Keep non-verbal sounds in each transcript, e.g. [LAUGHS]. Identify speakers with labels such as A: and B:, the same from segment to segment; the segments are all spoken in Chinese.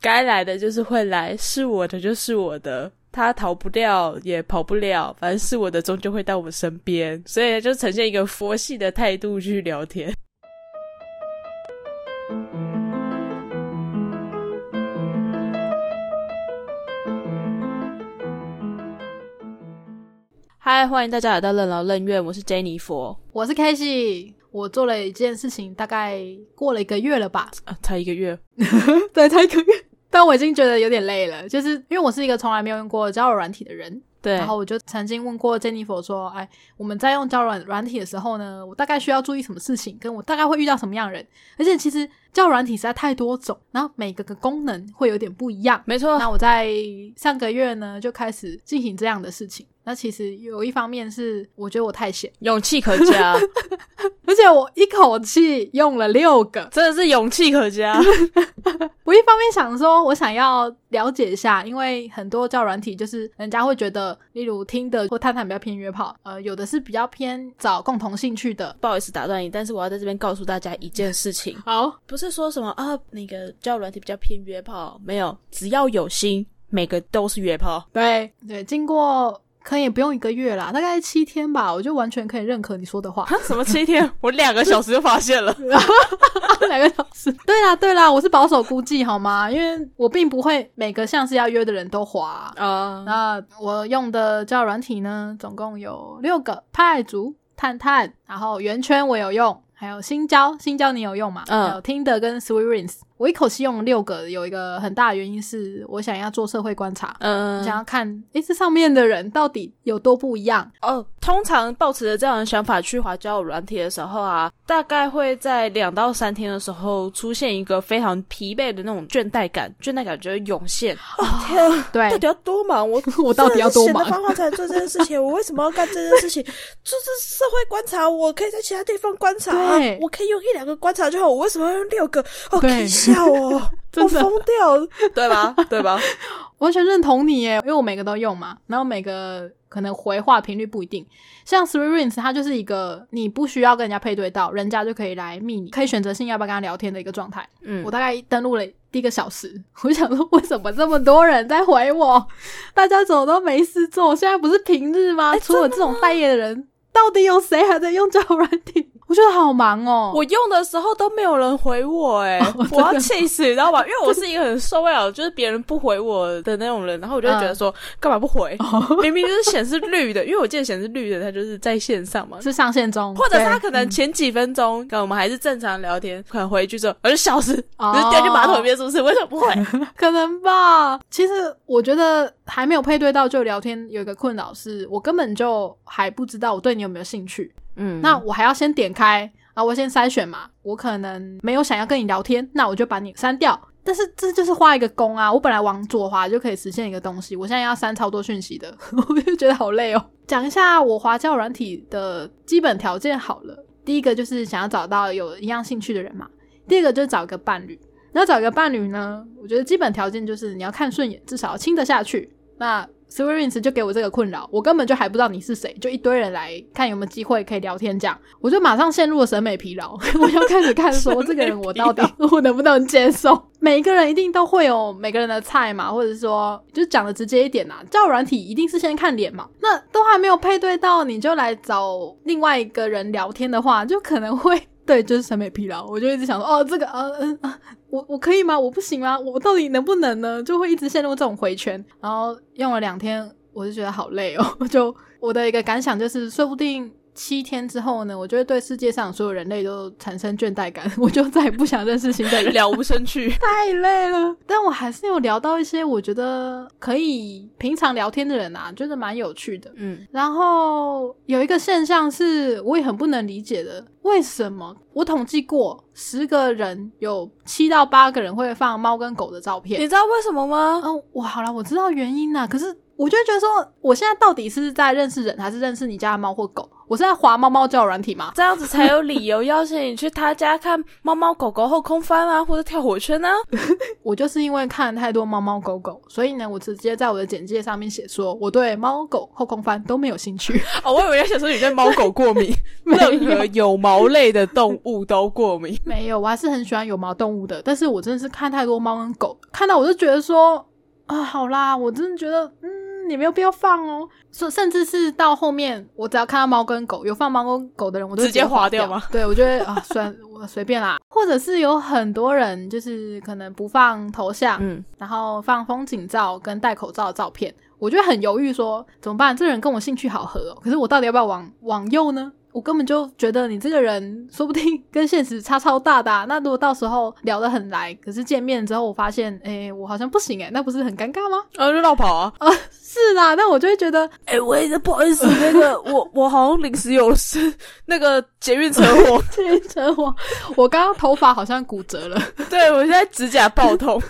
A: 该来的就是会来，是我的就是我的，他逃不掉也跑不了，反正是我的终究会到我身边，所以就呈现一个佛系的态度去聊天。嗨，欢迎大家来到任劳任怨，我是 Jenny 佛
B: 我是 k a 我做了一件事情，大概过了一个月了吧， [LAUGHS]
A: 啊，才一个月，
B: 对，才一个月，但我已经觉得有点累了，就是因为我是一个从来没有用过交友软体的人，
A: 对
B: 然后我就曾经问过 Jennifer 说，哎，我们在用交友软软体的时候呢，我大概需要注意什么事情，跟我大概会遇到什么样的人，而且其实交友软体实在太多种，然后每个个功能会有点不一样，
A: 没错，
B: 那我在上个月呢就开始进行这样的事情。那其实有一方面是我觉得我太闲，
A: 勇气可嘉，
B: 而且我一口气用了六个，
A: [LAUGHS] 真的是勇气可 [LAUGHS] 嘉。
B: 我一方面想说，我想要了解一下，因为很多教软体就是人家会觉得，例如听的或探探比较偏约炮，呃，有的是比较偏找共同兴趣的。
A: 不好意思打断你，但是我要在这边告诉大家一件事 [LAUGHS] 情，
B: 好，
A: 不是说什么啊，那个交友软体比较偏约炮，没有，只要有心，每个都是约炮。
B: 对对，经过可能也不用一个月啦，大概七天吧，我就完全可以认可你说的 [LAUGHS] 话。
A: 啊， [LAUGHS] 什么七天？我两个小时就发现 [LAUGHS] 了。
B: 两个小时。对啦对啦，我是保守估计好吗？因为我并不会每个像是要约的人都滑啊、
A: 啊、
B: 那我用的交友软体呢，总共有六个：派族、探探，然后圆圈我有用，还有新交，新交你有用嘛？
A: 嗯
B: 还有 Tinder 跟 Sweet Rings。我一口气用了六个，有一个很大的原因是我想要做社会观察，
A: 嗯
B: 想要看诶这上面的人到底有多不一样。
A: 哦，通常抱持着这样的想法去滑交友软体的时候啊，大概会在两到三天的时候出现一个非常疲惫的那种倦怠感，倦怠感就会涌现。 [LAUGHS] 哦天啊，
B: 对
A: 到，底要多忙？我
B: [LAUGHS] 我到底要多
A: 闲
B: 忙
A: 得发慌才做这件事情，我为什么要干这件事情？ [LAUGHS] 就是社会观察，我可以在其他地方观察啊
B: 对，
A: 我可以用一两个观察就好，我为什么要用六个？哦，
B: 对
A: 可以笑哦，
B: [LAUGHS] 真
A: 我
B: 的
A: 疯掉，对吧？对
B: [LAUGHS]
A: 吧？
B: 完全认同你耶，因为我每个都用嘛，然后每个可能回话频率不一定。像 Three Rings，它就是一个你不需要跟人家配对到，人家就可以来密你，可以选择性要不要跟他聊天的一个状态。
A: 嗯
B: 我，大概登录了第一个小时， [LAUGHS] 我就想说为什么这么多人在回我？ [LAUGHS] 大家怎么都没事做？现在不是平日吗？
A: 哎
B: 除了这种待业的人，到底有谁还在用交友软体？我觉得好忙哦。
A: 我用的时候都没有人回
B: [LAUGHS]
A: 我、欸，哎、
B: 哦
A: 我要
B: 真的
A: 气死，你知道吧？因为我是一个很受不了，就是别人不回我的那种人，然后我就会觉
B: 嗯
A: 得说，干、嘛不回？
B: 哦 [LAUGHS]
A: 明明就是显示绿的，因为我记得显示绿的，它就是在线上嘛。
B: 是上线中，
A: 或者是
B: 对
A: 他可能前几分钟，可能我们还是正常聊天，可能回一句之后， [LAUGHS] 我就消失，
B: 哦
A: 就是掉进马桶里面，是不 [LAUGHS] 是？为什么不回？
B: 可能吧。其实我觉得还没有配对到就聊天，有一个困扰是我根本就还不知道我对你有没有兴趣。
A: 嗯
B: 那我还要先点开啊，我先筛选嘛。我可能没有想要跟你聊天，那我就把你删掉。但是这就是画一个弓啊！我本来往左滑就可以实现一个东西，我现在要删超多讯息的， [LAUGHS] 我就觉得好累哦。讲一下我滑交友软体的基本条件好了，第一个就是想要找到有一样兴趣的人嘛，第二个就是找一个伴侣，那找一个伴侣呢，我觉得基本条件就是你要看顺眼，至少要亲得下去。那 s w e r i n s 就给我这个困扰，我根本就还不知道你是谁，就一堆人来看有没有机会可以聊天，这样我就马上陷入了审美疲劳，我要开始看说这个人我到底我能不能接受？每一个人一定都会有每个人的菜嘛，或者说就讲的直接一点啦、交友软体一定是先看脸嘛，那都还没有配对到你就来找另外一个人聊天的话，就可能会。 [LAUGHS] 对，就是审美疲劳，我就一直想说，哦，这个，呃，嗯、啊，我我可以吗？我不行吗？我到底能不能呢？就会一直陷入这种回圈，然后用了两天，我就觉得好累哦。 [LAUGHS] 就我的一个感想就是，说不定七天之后呢，我就会对世界上所有人类都产生倦怠感，我就再也不想认识新的人，
A: 了无生 [LAUGHS] 趣。
B: 太累了。但我还是有聊到一些我觉得可以平常聊天的人啊，觉得蛮有趣的。
A: 嗯，
B: 然后有一个现象是我也很不能理解的，为什么我统计过十个人有七到八个人会放猫跟狗的照
A: 你
B: 片？
A: 知道为什么吗？
B: 嗯，我好了，我知道原因啊啦。可是我就会觉得说，我现在到底是在认识人，还是认识你家的猫或狗？我是在滑猫猫交友软体吗？
A: 这样子才有理由邀请你去他家看猫猫狗狗后空翻啊，或者跳火圈啊。
B: 我就是因为看了太多猫猫狗狗，所以呢，我直接在我的简介上面写说，我对猫狗后空翻都没有兴趣。
A: [LAUGHS] 哦，我以为想说你对猫狗过敏， [LAUGHS]
B: 没有
A: 任何有毛类的动物都过敏。
B: 没有，我还是很喜欢有毛动物的，但是我真的是看太多猫跟狗，看到我就觉得说啊，好啦，我真的觉得嗯，你没有必要放哦。甚甚至是到后面，我只要看到猫跟狗有放猫跟狗的人，我都
A: 直接
B: 划
A: 划掉吗？
B: [LAUGHS] 对，我觉得啊，虽然我随便啦，或者是有很多人就是可能不放头像，
A: 嗯，
B: 然后放风景照跟戴口罩的照片，我就会很犹豫说怎么办？这个人跟我兴趣好合哦，可是我到底要不要往往右呢？我根本就觉得你这个人说不定跟现实差超大的啊、那如果到时候聊得很来，可是见面之后我发现，哎，我好像不行哎，那不是很尴尬吗？ [LAUGHS]
A: 啊，就绕跑啊！
B: 是啦，那我就会觉得
A: 哎、喂，不好意思，那 [LAUGHS] 个我我好像临时有事，那个捷运车祸，
B: 这车祸，我刚刚头发好像骨折了。
A: [LAUGHS] 对我现在指甲爆痛，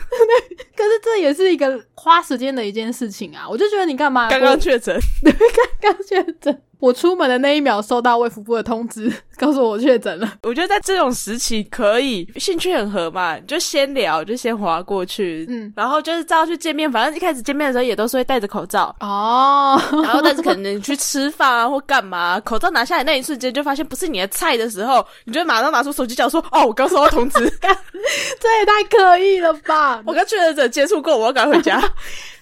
B: 可是这也是一个花时间的一件事情啊！我就觉得你干嘛？
A: 刚
B: 我
A: 刚确诊，
B: [LAUGHS] 刚确诊，我出门的那一秒收到卫福部的通知，告诉我我确诊了。
A: [LAUGHS] 我觉得在这种时期可以兴趣很合嘛，你就先聊，就先划过去，
B: 嗯，
A: 然后就是照样去见面，反正一开始见面的时候也都是会戴着口罩
B: 哦， [LAUGHS]
A: 然后但是可能你去吃饭啊或干嘛，口罩拿下来那一瞬间就发现不是你的菜的时候，你就会马上拿出手机讲说，哦，我刚收到通知， [LAUGHS]
B: 这也太刻意了吧！
A: 我跟确诊者接触过，我要赶快回家。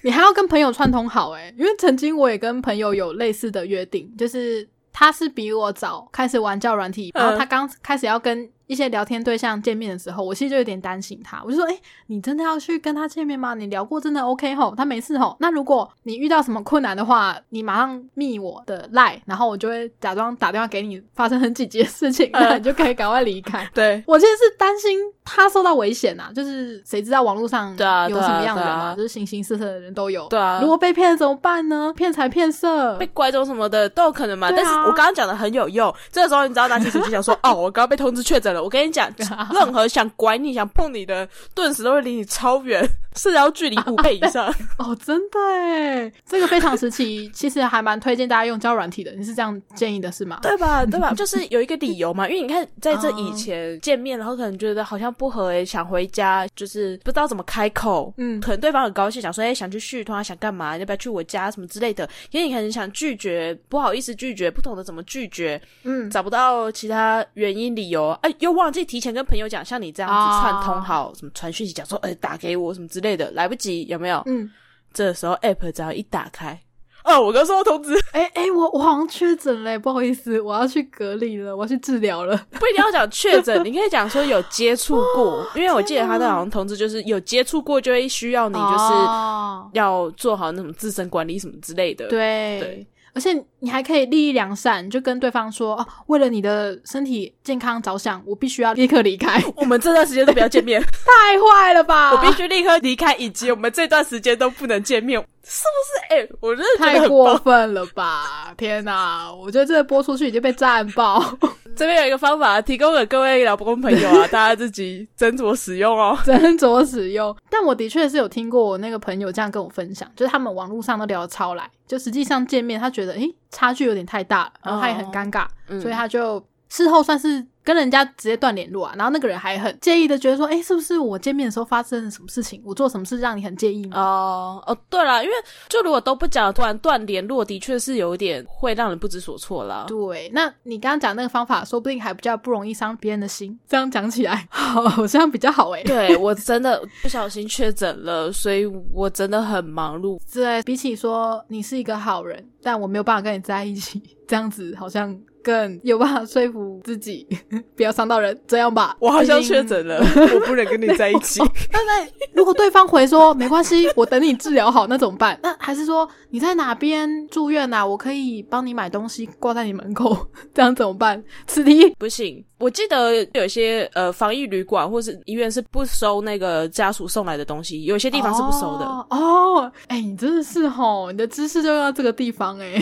B: 你还要跟朋友串通好诶、因为曾经我也跟朋友有类似的约定，就是他是比我早开始玩教软体，
A: 嗯
B: 然后他刚开始要跟一些聊天对象见面的时候，我其实就有点担心他，我就说：“诶、你真的要去跟他见面吗？你聊过真的 OK 吼？他没事吼？那如果你遇到什么困难的话，你马上密我的 line，然后我就会假装打电话给你，发生很紧急的事情，
A: 嗯
B: 那你就可以赶快离开。”
A: 对，
B: 我其实是担心他受到危险呐、啊就是谁知道网络上
A: 对啊
B: 有什么样的人
A: 对啊对啊
B: 就是形形色色的人都有。
A: 对啊
B: 如果被骗怎么办呢？骗财骗色
A: 被，拐走什么的都有可能嘛。
B: 对啊
A: 但是我刚刚讲的很有用，这个时候你只要拿起手机讲 [LAUGHS] 说：“哦，我刚刚被通知确诊了。”我跟你 [LAUGHS] 讲，任何想拐你、想碰你的人，顿时都会离你超远， [LAUGHS] 社交距离五倍以上。
B: 哦，真的哎，这个非常时期， [LAUGHS] 其实还蛮推荐大家用交友软体的。你是这样建议的是吗？
A: [LAUGHS] 对吧？对 [LAUGHS] 吧？就是有一个理由嘛，因为你看，在这以前见面，然后可能觉得好像不合诶、欸想回家，就是不知道怎么开口。
B: 嗯
A: 可能对方很高兴，想说诶、哎想去续团，想干嘛？要不要去我家什么之类的？因为你可能想拒绝，不好意思拒绝，不懂得怎么拒绝，
B: 嗯，
A: 找不到其他原因理由，哎、又忘记提前跟朋友讲，像你这样子
B: 啊
A: 串通好，什么传讯息讲说，哎、打给我什么之类的，来不及，有没有？
B: 嗯，
A: 这时候 app 只要一打开，哦，我刚收到通知，
B: 哎哎，我我好像确诊嘞，不好意思，我要去隔离了，我要去治疗了。
A: 不一定要讲确诊，你可以讲说有接触过，
B: 哦
A: 因为我记得他的好像通知就是有接触过就会需要你就是
B: 哦
A: 要做好那种自身管理什么之类的，
B: 对。
A: 对
B: 而且你还可以利益良善，你就跟对方说哦，为了你的身体健康着想，我必须要立刻离
A: [LAUGHS]
B: 开。
A: 我们这段时间都不要见
B: [LAUGHS]
A: 面，
B: 太坏了吧！
A: [LAUGHS] 我必须立刻离开，以及我们这段时间都不能见面，是不是？哎、我真的觉得
B: [LAUGHS] 太
A: 很
B: 过
A: 棒
B: 分了吧！ [LAUGHS] 天哪，我觉得这个播出去已经被战爆。 [LAUGHS]
A: 这边有一个方法提供给各位老公朋友 [LAUGHS] 啊，大家自己斟酌使用哦。
B: 斟酌使用。但我的确是有听过我那个朋友这样跟我分享，就是他们网络上都聊得超来，就实际上见面，他觉得诶差距有点太大了，然后他也很尴尬，
A: 嗯
B: 所以他就事后算是。跟人家直接断联络啊，然后那个人还很介意的，觉得说，诶，是不是我见面的时候发生了什么事情，我做什么事让你很介意吗？
A: 哦哦，对了，因为就如果都不讲，突然断联络，的确是有点会让人不知所措啦。
B: 对，那你刚刚讲那个方法，说不定还比较不容易伤别人的心。这样讲起来， [LAUGHS] 好像比较好诶。
A: 对我真的不小心确诊了，所以我真的很忙碌。
B: 对，比起说你是一个好人，但我没有办法跟你在一起，这样子好像更有办法说服自己， [LAUGHS] 不要伤到人，这样吧。
A: [LAUGHS] 我好像
B: 毕竟
A: 确。诊了， [LAUGHS] 我不能跟你在一 [LAUGHS] 起。
B: 但那如果对方回说没关系，我等你治疗好，那怎么
A: [LAUGHS]
B: 办？那还是说你在哪边住院啊？我可以帮你买东西挂在你门口， [LAUGHS] 这样怎么办？此题
A: 不行，我记得有些呃防疫旅馆或是医院是不收那个家属送来的东西，有些地方是不收的。
B: 哦。哦哎、你真的是吼，你的知识就用到这个地方
A: [LAUGHS]
B: 哎、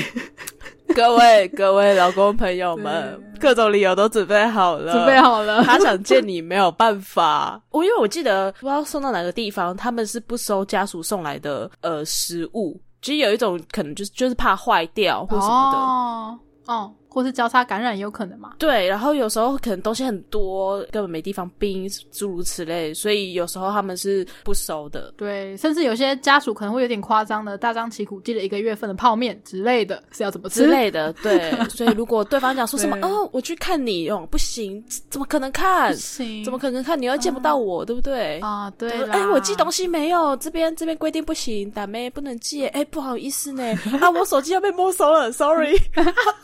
A: 各位各位老公朋友们，各种理由都准备好了，
B: 准备好了。
A: 他想见你没有办法。 [LAUGHS] 我因为我记得不知道送到哪个地方，他们是不收家属送来的呃食物。其实有一种可能就是就是怕坏掉或什么的，
B: 哦哦，或是交叉感染也有可能嘛。
A: 对，然后有时候可能东西很多，根本没地方冰，诸如此类，所以有时候他们是不收的。
B: 对，甚至有些家属可能会有点夸张的，大张旗鼓寄了一个月份的泡面之类的，是要怎么吃
A: 之？类的，对，所以如果 [LAUGHS] 对方讲说什么
B: 对
A: 哦，我去看你哦，不行，怎么可能看
B: 不？行，
A: 怎么可能看？你又见不到我，对不对？
B: 啊？对
A: 对
B: 啦，
A: 哎，我寄东西没有，这边这边规定不行，打妹不能借。哎，不好意思呢， [LAUGHS] 啊，我手机要被没收了，sorry。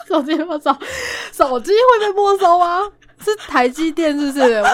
B: 手机没收，手机会被没收吗？是台积电是不 [LAUGHS] 是？我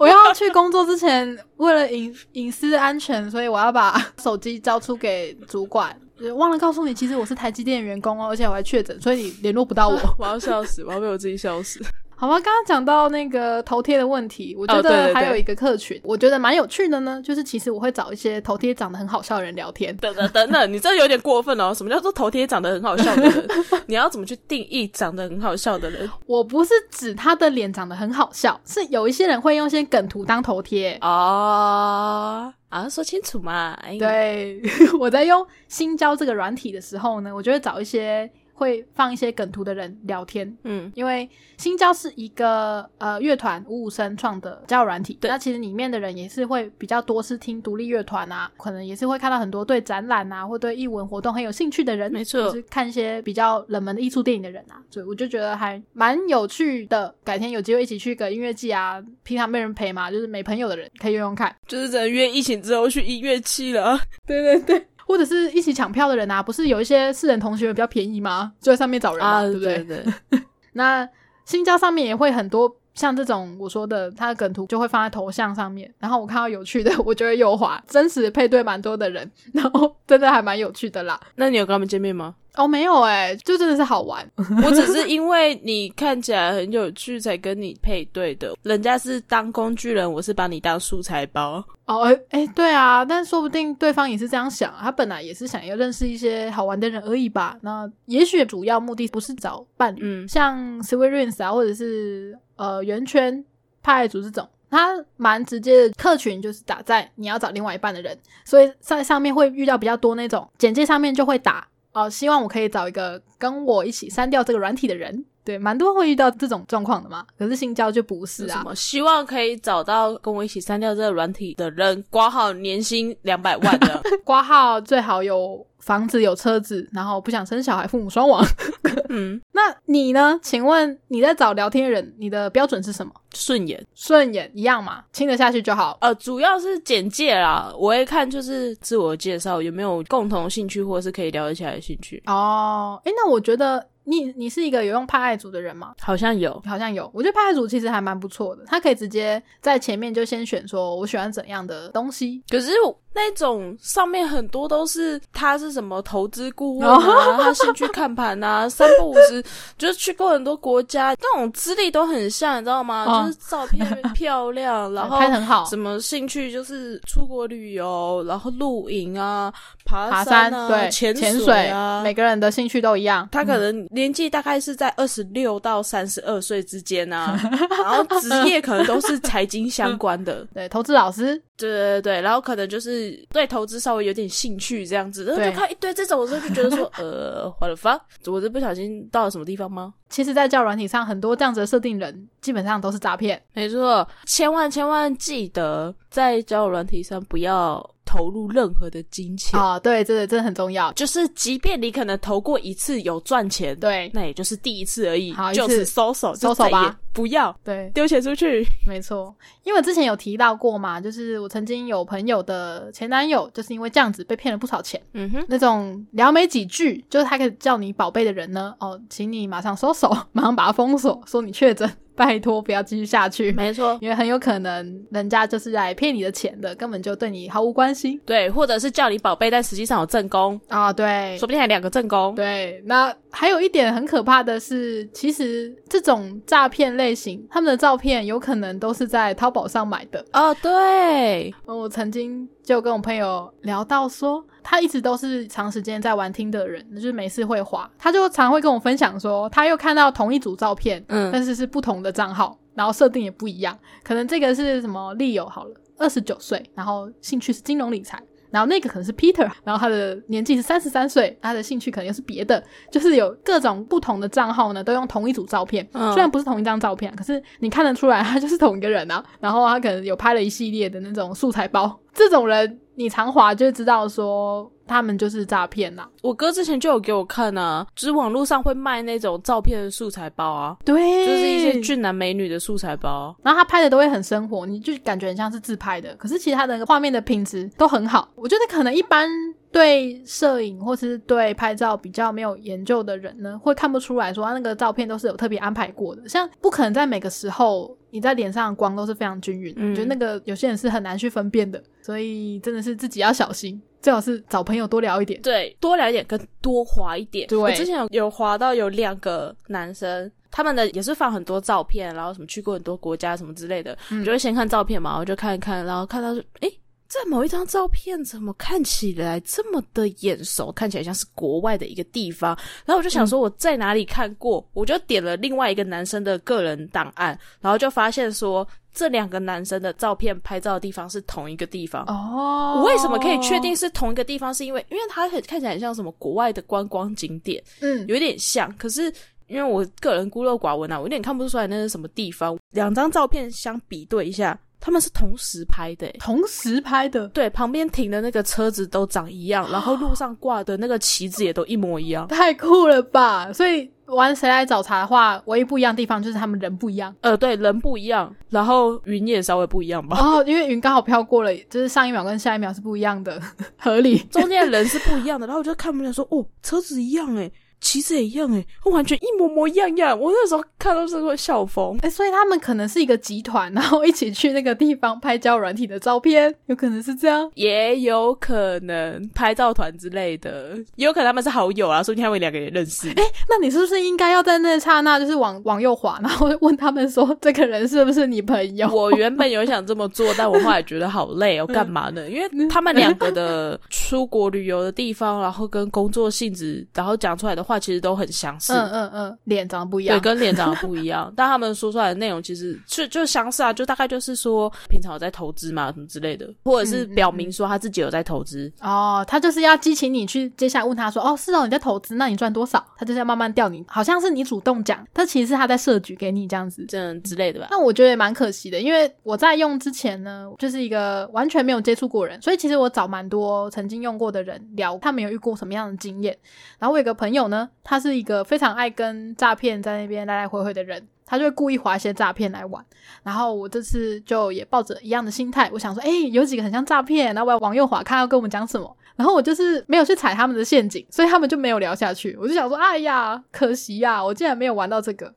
B: 我要去工作之前，为了隐隐私安全，所以我要把 [LAUGHS] 手机交出给主管。呃忘了告诉你，其实我是台积电员工哦，而且我还确诊，所以你联络不
A: [LAUGHS]
B: 到我。
A: [LAUGHS] 我要笑死，我要被我自己笑死。
B: 好吧，刚刚讲到那个头贴的问题，我觉
A: 哦对对
B: 得
A: 对
B: 还有一个客群，我觉得蛮有趣的呢，就是其实我会找一些头贴长得很好笑的人聊天。
A: 等等等等，你这有点过分哦！什么叫做头贴长得很好笑的 [LAUGHS] 人？你要怎么去定义长得很好笑的人？
B: 我不是指他的脸长得很好笑，是有一些人会用一些梗图当头贴。
A: 哦，啊，说清楚嘛！哎，
B: 对， [LAUGHS] 我在用新交这个软体的时候呢，我就会找一些会放一些梗图的人聊天。
A: 嗯，
B: 因为新交是一个呃乐团五五声创的交友软体，
A: 对
B: 那其实里面的人也是会比较多是听独立乐团啊，可能也是会看到很多对展览啊或对艺文活动很有兴趣的人，
A: 没错
B: 就是看一些比较冷门的艺术电影的人啊，所以我就觉得还蛮有趣的。改天有机会一起去个音乐季啊，平常没人陪嘛，就是没朋友的人可以用用看。
A: 就是只能约疫情之后去音乐季了。
B: 对对对，或者是一起抢票的人啊，不是有一些四人同学比较便宜吗？就在上面找人嘛，对不对？
A: 啊对对，
B: 那新交上面也会很多像这种我说的，它的梗图就会放在头像上面，然后我看到有趣的， [LAUGHS] 我就会右滑，真实配对蛮多的人，然后真的还蛮有趣的啦。
A: [LAUGHS] 那你有跟他们见面吗？
B: 哦，没有哎、就真的是好玩。
A: [LAUGHS] 我只是因为你看起来很有趣才跟你配对的，人家是当工具人，我是把你当素材包。
B: 哦，哎、哎，对啊，但说不定对方也是这样想，啊他本来也是想要认识一些好玩的人而已吧。那也许主要目的不是找伴侣，
A: 嗯
B: 像 s w e e t r i n s 啊，或者是呃圆圈派组这种，它蛮直接的客群就是打在你要找另外一半的人，所以在上面会遇到比较多那种简介上面就会打哦、希望我可以找一个跟我一起删掉这个软体的人。对，蛮多会遇到这种状况的嘛。可是性交就不是
A: 有
B: 啊
A: 什，么？希望可以找到跟我一起删掉这个软体的人，挂号年薪两百万 [LAUGHS] 的。
B: 挂号最好有房子有车子，然后不想生小孩，父母双亡。 [LAUGHS]
A: 嗯，
B: 那你呢？请问你在找聊天人，你的标准是什么？
A: 顺眼。
B: 顺眼一样嘛，亲得下去就好。
A: 呃，主要是简介啦，我会看就是自我介绍有没有共同兴趣或是可以聊得起来的兴趣，
B: 哦，诶，那我觉得你你是一个有用派爱组的人吗？
A: 好像有。
B: 好像有，我觉得派爱组其实还蛮不错的，他可以直接在前面就先选说我喜欢怎样的东西，
A: 可是我那种上面很多都是他是什么投资顾问啊，
B: 哦
A: [LAUGHS] 他兴趣看盘啊，三不五时 [LAUGHS] 就是去过很多国家，那种资历都很像，你知道吗？
B: 嗯
A: 就是照片漂
B: [LAUGHS]
A: 亮，然后
B: 拍得很好，
A: 什么兴趣就是出国旅游，然后露营啊，爬
B: 爬山、
A: 啊，
B: 对，
A: 潜
B: 潜
A: 水啊。
B: 每个人的兴趣都一样。
A: 他可能年纪大概是在二十六到三十二岁之间
B: [LAUGHS]
A: 啊，然后职业可能都是财经相关的，
B: 对投资老师
A: 对对对，然后可能就是对投资稍微有点兴趣这样子，然后就
B: 对
A: 看一堆这种，我就觉得 [LAUGHS] 说，呃，我的发，我是不小心到了什么地方吗？
B: 其实，在教软体上，很多这样子的设定人，基本上都是诈骗。
A: 没错，千万千万记得在交友软体上不要投入任何的金钱，
B: 啊、对，这个真的很重要。
A: 就是即便你可能投过一次有赚钱，
B: 对
A: 那也就是第一次而已
B: 好，一
A: 就
B: 次
A: 是收手，
B: 收
A: 就再
B: 手吧
A: 也不要
B: 对，
A: 丢钱出去。
B: 没错，因为我之前有提到过嘛，就是我曾经有朋友的前男友，就是因为这样子被骗了不少钱。
A: 嗯哼，
B: 那种聊没几句，就是他可以叫你宝贝的人呢，哦，请你马上收手， [LAUGHS] 马上把他封锁，说你确诊，拜托不要继续下去，
A: 没错。
B: 因为很有可能人家就是来骗你的钱的，根本就对你毫无关心
A: [LAUGHS] 对，或者是叫你宝贝，但实际上有正宫，
B: 啊、对
A: 说，不定还两个正宫。
B: 对，那还有一点很可怕的是，其实这种诈骗类型，他们的照片有可能都是在淘宝上买的。
A: 哦，对，
B: 嗯我曾经就跟我朋友聊到说，他一直都是长时间在玩听的人，就是每次会滑，他就常会跟我分享说，他又看到同一组照片，
A: 嗯，
B: 但是是不同的账号，然后设定也不一样，可能这个是什么利友好了，二十九岁，然后兴趣是金融理财。然后那个可能是 Peter，然后他的年纪是三十三岁，他的兴趣可能又是别的，就是有各种不同的账号呢，都用同一组照片，
A: 嗯
B: 虽然不是同一张照片，可是你看得出来他就是同一个人啊。然后他可能有拍了一系列的那种素材包，这种人你常滑就会知道说他们就是诈骗啦、
A: 我哥之前就有给我看啊，就是网络上会卖那种照片的素材包啊，
B: 对，
A: 就是一些俊男美女的素材包。
B: 然后他拍的都会很生活，你就感觉很像是自拍的。可是其实他的画面的品质都很好，我觉得可能一般对摄影或是对拍照比较没有研究的人呢，会看不出来说啊他那个照片都是有特别安排过的。像不可能在每个时候你在脸上的光都是非常均匀的，
A: 嗯
B: 我觉得那个有些人是很难去分辨的，所以真的是自己要小心，最好是找朋友多聊一点。
A: 对，多聊一点跟多滑一点。
B: 对
A: 我之前有有滑到有两个男生，他们的也是放很多照片，然后什么去过很多国家什么之类的，
B: 嗯
A: 你就会先看照片嘛，我就看一看，然后看到说，诶，这某一张照片怎么看起来这么的眼熟？看起来像是国外的一个地方。然后我就想说
B: 嗯
A: 我在哪里看过，我就点了另外一个男生的个人档案，然后就发现说这两个男生的照片拍照的地方是同一个地方。
B: 哦
A: 我为什么可以确定？是同一个地方？是因为因为它很看起来很像什么国外的观光景点，
B: 嗯，
A: 有点像。可是因为我个人孤陋寡闻啊，我有点看不出来那是什么地方。两张照片相比对一下，他们是同时拍的、欸。
B: 同时拍的，
A: 对，旁边停的那个车子都长一样，然后路上挂的那个旗子也都一模一样。
B: 太酷了吧！所以玩谁来找茬的话，唯一不一样的地方就是他们人不一样
A: 呃，对，人不一样，然后云也稍微不一样吧。
B: 哦，因为云刚好飘过了，就是上一秒跟下一秒是不一样的， [LAUGHS] 合理。
A: 中间的人是不一样的，然后我就看不见说，哦，车子一样诶、旗子也一样诶、完全一模模一样样。我那时候看到是会笑疯。
B: 哎、所以他们可能是一个集团，然后一起去那个地方拍交友软体的照片，有可能是这样。
A: 也有可能拍照团之类的，也有可能他们是好友啊，说不定他们两个也认
B: [LAUGHS]
A: 识。
B: 那你是不是应该要在那刹那就是往往右滑，然后问他们说这个人是不是你朋友？
A: 我原本有想这么做，但我后来觉得好累哦，干嘛
B: 嗯
A: 呢？因为他们两个的出国旅游的地方，然后跟工作性质，然后讲出来的话其实都很相似。
B: 嗯嗯嗯，脸长得不一
A: 对，
B: 样。
A: 跟脸长得不一样，但他们说出来的内容其实就就相似啊，就大概就是说平常有在投资嘛，什么之类的，或者是
B: 嗯嗯
A: 表明说他自己有在投资，
B: 哦，他就是要激起你去，接下来问他说：“哦，是哦，你在投资，那你赚多少？”他就是要慢慢钓你，好像是你主动讲，但其实是他在设局给你这样子。
A: 这样之类的吧。
B: 那我觉得也蛮可惜的，因为我在用之前呢，就是一个完全没有接触过人，所以其实我找蛮多曾经用过的人聊，他们有遇过什么样的经验。然后我有个朋友呢，他是一个非常爱跟诈骗在那边来来回回的人，他就会故意划一些诈骗来玩。然后我这次就也抱着一样的心态，我想说，哎、有几个很像诈骗，然后我要往右滑，看要跟我们讲什么。然后我就是没有去踩他们的陷阱，所以他们就没有聊下去。我就想说，哎呀，可惜呀、我竟然没有玩到这个。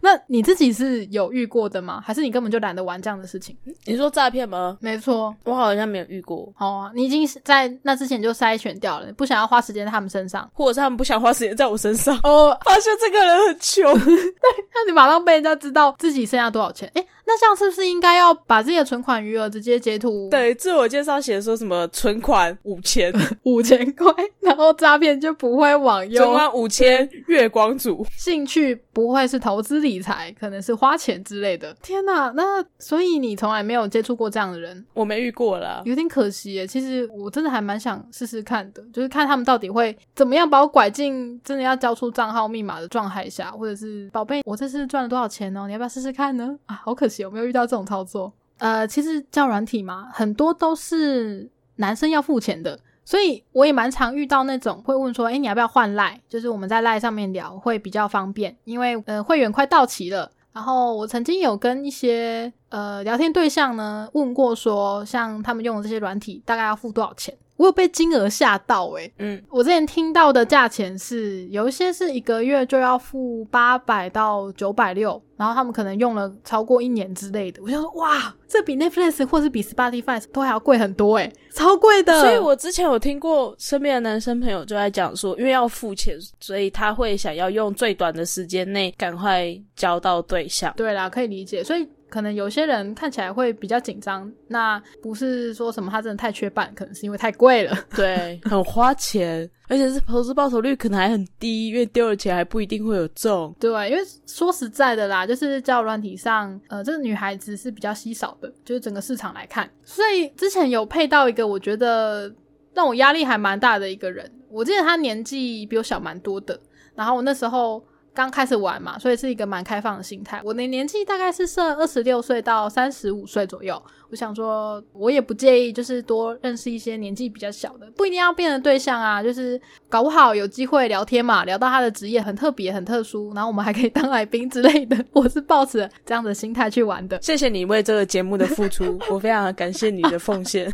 B: 那你自己是有遇过的吗？还是你根本就懒得玩这样的事情？
A: 你说诈骗吗？
B: 没错，
A: 我好像没有遇过，
B: 哦、你已经是在那之前就筛选掉了，不想要花时间在他们身上。
A: 或者是他们不想花时间在我身上。 [LAUGHS]
B: 哦，
A: 发现这个人很 [LAUGHS] 穷，
B: 那你马上被人家知道自己剩下多少钱？诶，那这样是不是应该要把自己的存款余额直接截图？，
A: 对，自我介绍写说什么存款五千，
B: 五千块，然后诈骗就不会往
A: 存
B: 右，
A: 款五千，月光族。
B: 兴趣不会是投资理财，可能是花钱之类的。天哪，那所以你从来没有接触过这样的人，
A: 我没遇过啦，
B: 有点可惜耶。其实我真的还蛮想试试看的，就是看他们到底会怎么样把我拐进真的要交出账号密码的状态下，或者是宝贝，我这次赚了多少钱哦？你要不要试试看呢？啊，好可惜，我没有遇到这种操作。呃，其实叫软体嘛，很多都是男生要付钱的。所以我也蛮常遇到那种会问说，哎、你要不要换赖？就是我们在赖上面聊会比较方便，因为呃会员快到期了。然后我曾经有跟一些呃聊天对象呢问过说，像他们用的这些软体大概要付多少钱？我有被金额吓到诶、
A: 嗯，
B: 我之前听到的价钱是，有一些是一个月就要付八百到九百六，然后他们可能用了超过一年之类的。我就说，哇，这比 Netflix 或是比 Spotify 都还要贵很多诶、超贵的。
A: 所以我之前有听过身边的男生朋友就在讲说，因为要付钱，所以他会想要用最短的时间内赶快交到对象。
B: 对啦，可以理解。所以可能有些人看起来会比较紧张，那不是说什么他真的太缺伴，可能是因为太贵了。
A: [LAUGHS]
B: [LAUGHS]
A: 对，很花钱，而且是投资报酬率可能还很低，因为丢了钱还不一定会有中。
B: 对，因为说实在的啦，就是交友软体上，呃，这个女孩子是比较稀少的，就是整个市场来看。所以之前有配到一个，我觉得让我压力还蛮大的一个人。我记得她年纪比我小蛮多的，然后我那时候刚开始玩嘛，所以是一个蛮开放的心态。我的年纪大概是设二十六岁到三十五岁左右。我想说，我也不介意，就是多认识一些年纪比较小的，不一定要变成对象啊，就是搞不好有机会聊天嘛，聊到他的职业很特别、很特殊，然后我们还可以当来宾之类的。我是抱持这样的心态去玩的，
A: 谢谢你为这个节目的付出， [LAUGHS] 我非常感谢你的奉献。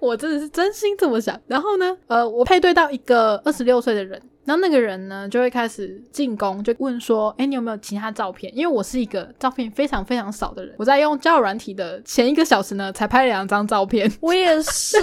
B: 我真的是真心这么想。然后呢，呃，我配对到一个二十六岁的人。然后那个人呢，就会开始进攻，就问说：“哎，你有没有其他照片？”因为我是一个照片非常非常少的人，我在用交友软体的前一个小时呢，才拍了两张照片。 [LAUGHS]
A: 我也是，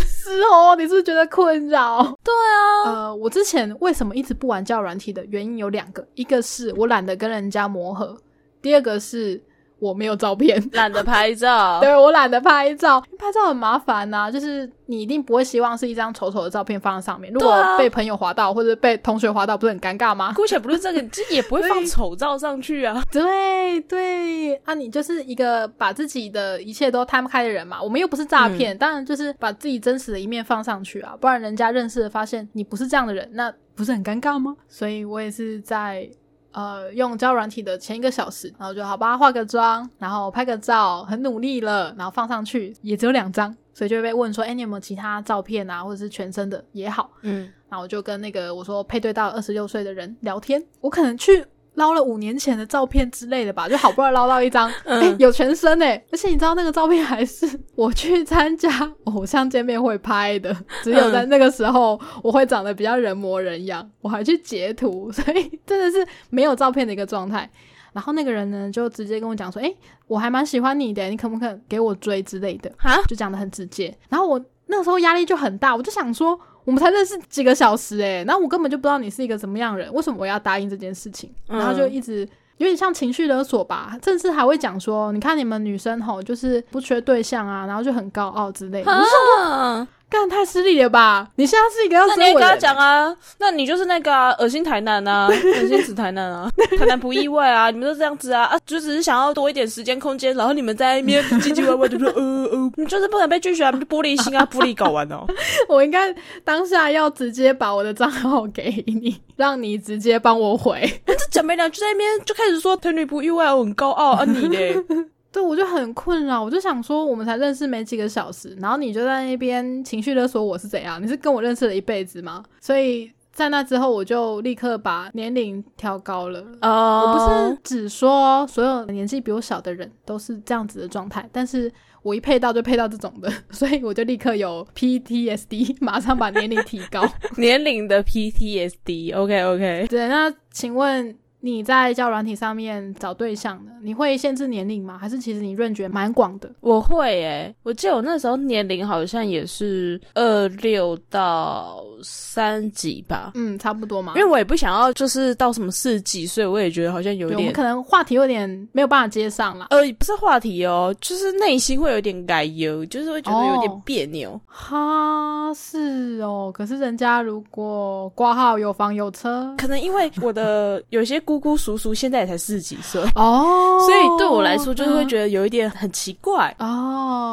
B: 是哦，你是不是觉得困扰？
A: 对啊，
B: 呃，我之前为什么一直不玩交友软体的原因有两个，一个是我懒得跟人家磨合，第二个是我没有照片。
A: [LAUGHS] 懒得拍照。
B: 对我懒得拍照，拍照很麻烦呐、就是你一定不会希望是一张丑丑的照片放在上面，如
A: 对
B: 果
A: 啊
B: 被朋友划到或者被同学划到，不是很尴尬吗？
A: 姑且不论这个，你就也不会放丑照上去啊。
B: 对对啊，你就是一个把自己的一切都摊开的人嘛。我们又不是诈骗，当然就是把自己真实的一面放上去啊，不然人家认识了发现你不是这样的人，那不是很尴尬吗？所以我也是在呃用交友软体的前一个小时，然后就好吧化个妆，然后拍个照，很努力了，然后放上去，也只有两张，所以就会被问说，哎，你有没有其他照片啊，或者是全身的也好。
A: [LAUGHS] 嗯，
B: 然后我就跟那个我说配对到二十六岁的人聊天，我可能去捞了五年前的照片之类的吧，就好不容易捞到一张，
A: 嗯
B: 诶有全身哎、而且你知道那个照片还是 [LAUGHS] 我去参加偶像见面会拍的，只有
A: 嗯
B: 在那个时候我会长得比较人模人样，我还去截图， [LAUGHS] 所以真的是没有照片的一个状态。然后那个人呢，就直接跟我讲说：“诶，我还蛮喜欢你的，你可不可以给我追之类的？”
A: 哈，
B: 就讲的很直接。然后我那时候压力就很大，我就想说，我们才认识几个小时诶、然后我根本就不知道你是一个什么样的人，为什么我要答应这件事情？
A: 嗯
B: 然后就一直。有点像情绪勒索吧，甚至还会讲说，你看你们女生吼，就是不缺对象啊，然后就很高傲之类的。我就
A: 啊，
B: 干太失礼了吧？你现在是一个要
A: 那
B: 追
A: 你也
B: 我
A: 跟他
B: 的人，
A: 讲啊，那你就是那个啊恶、心台南 [LAUGHS] 啊，恶心死台南啊，台南不意外啊，你们都这样子啊啊，就只是想要多一点时间空间，然后你们在那边唧唧歪歪就说 [LAUGHS] 呃呃，你就是不能被拒绝啊，你就玻璃心 [LAUGHS] 啊，玻璃搞完哦，
B: [LAUGHS] 我应该当下要直接把我的账号给你，让你直接帮我回。
A: 这讲没两句在那边就开始说台女不意外，我很高傲啊，你嘞，
B: [LAUGHS] 对，我就很困扰，我就想说，我们才认识没几个小时，然后你就在那边情绪勒索我是怎样？你是跟我认识了一辈子吗？所以在那之后，我就立刻把年龄调高了。我
A: [LAUGHS]
B: 不
A: 哦
B: 是只说所有年纪比我小的人都是这样子的状态，但是我一配到就配到这种的， [LAUGHS] 所以我就立刻有 PTSD，马上把年龄提高。
A: 是年龄的 PTSD，OK OK，
B: 对，那请问你在交友软体上面找对象呢？你会限制年龄吗？还是其实你认觉蛮广的？
A: 我会诶、我记得我那时候年龄好像也是二六到三级吧，
B: 嗯，差不多嘛。
A: 因为我也不想要就是到什么四几岁，我也觉得好像有
B: 对我们
A: 点
B: 可能话题有点没有办法接上啦。
A: 呃，不是话题哦，就是内心会有点改油，就是会觉得有点别扭。
B: 哦哈，是哦。可是人家如果挂号有房有车，
A: 可能因为我的有些姑姑叔叔现在也才四十几岁，
B: 哦，
A: 所以对我来说就是会
B: 得。
A: 觉得有一点很奇怪。
B: 嗯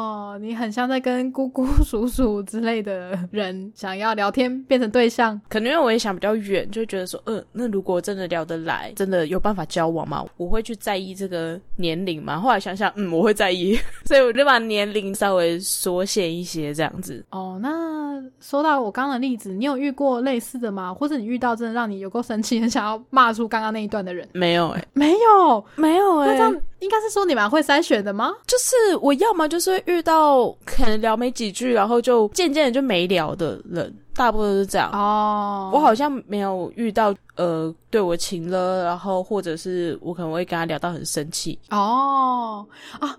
B: 哦，你很像在跟姑姑、 [LAUGHS] 叔叔之类的人想要聊天，变成对象。
A: 可能因为我也想比较远，就会觉得说，嗯，那如果真的聊得来，真的有办法交往吗？我会去在意这个年龄吗？后来想想，嗯，我会在意， [LAUGHS] 所以我就把年龄稍微缩限一些，这样子。
B: 哦，那说到我刚刚的例子，你有遇过类似的吗？或者你遇到真的让你有够生气， [LAUGHS] 很想要骂出刚刚那一段的人？
A: 没有诶、欸
B: 没有，
A: 哎没有欸诶、
B: 那这样应该是说你蛮会筛选的吗？
A: 就是我要么就是遇到可能聊没几句，然后就渐渐的就没聊的人，大部分都是这样。
B: 哦，
A: 我好像没有遇到呃对我情了，然后或者是我可能会跟他聊到很生气。
B: 哦啊，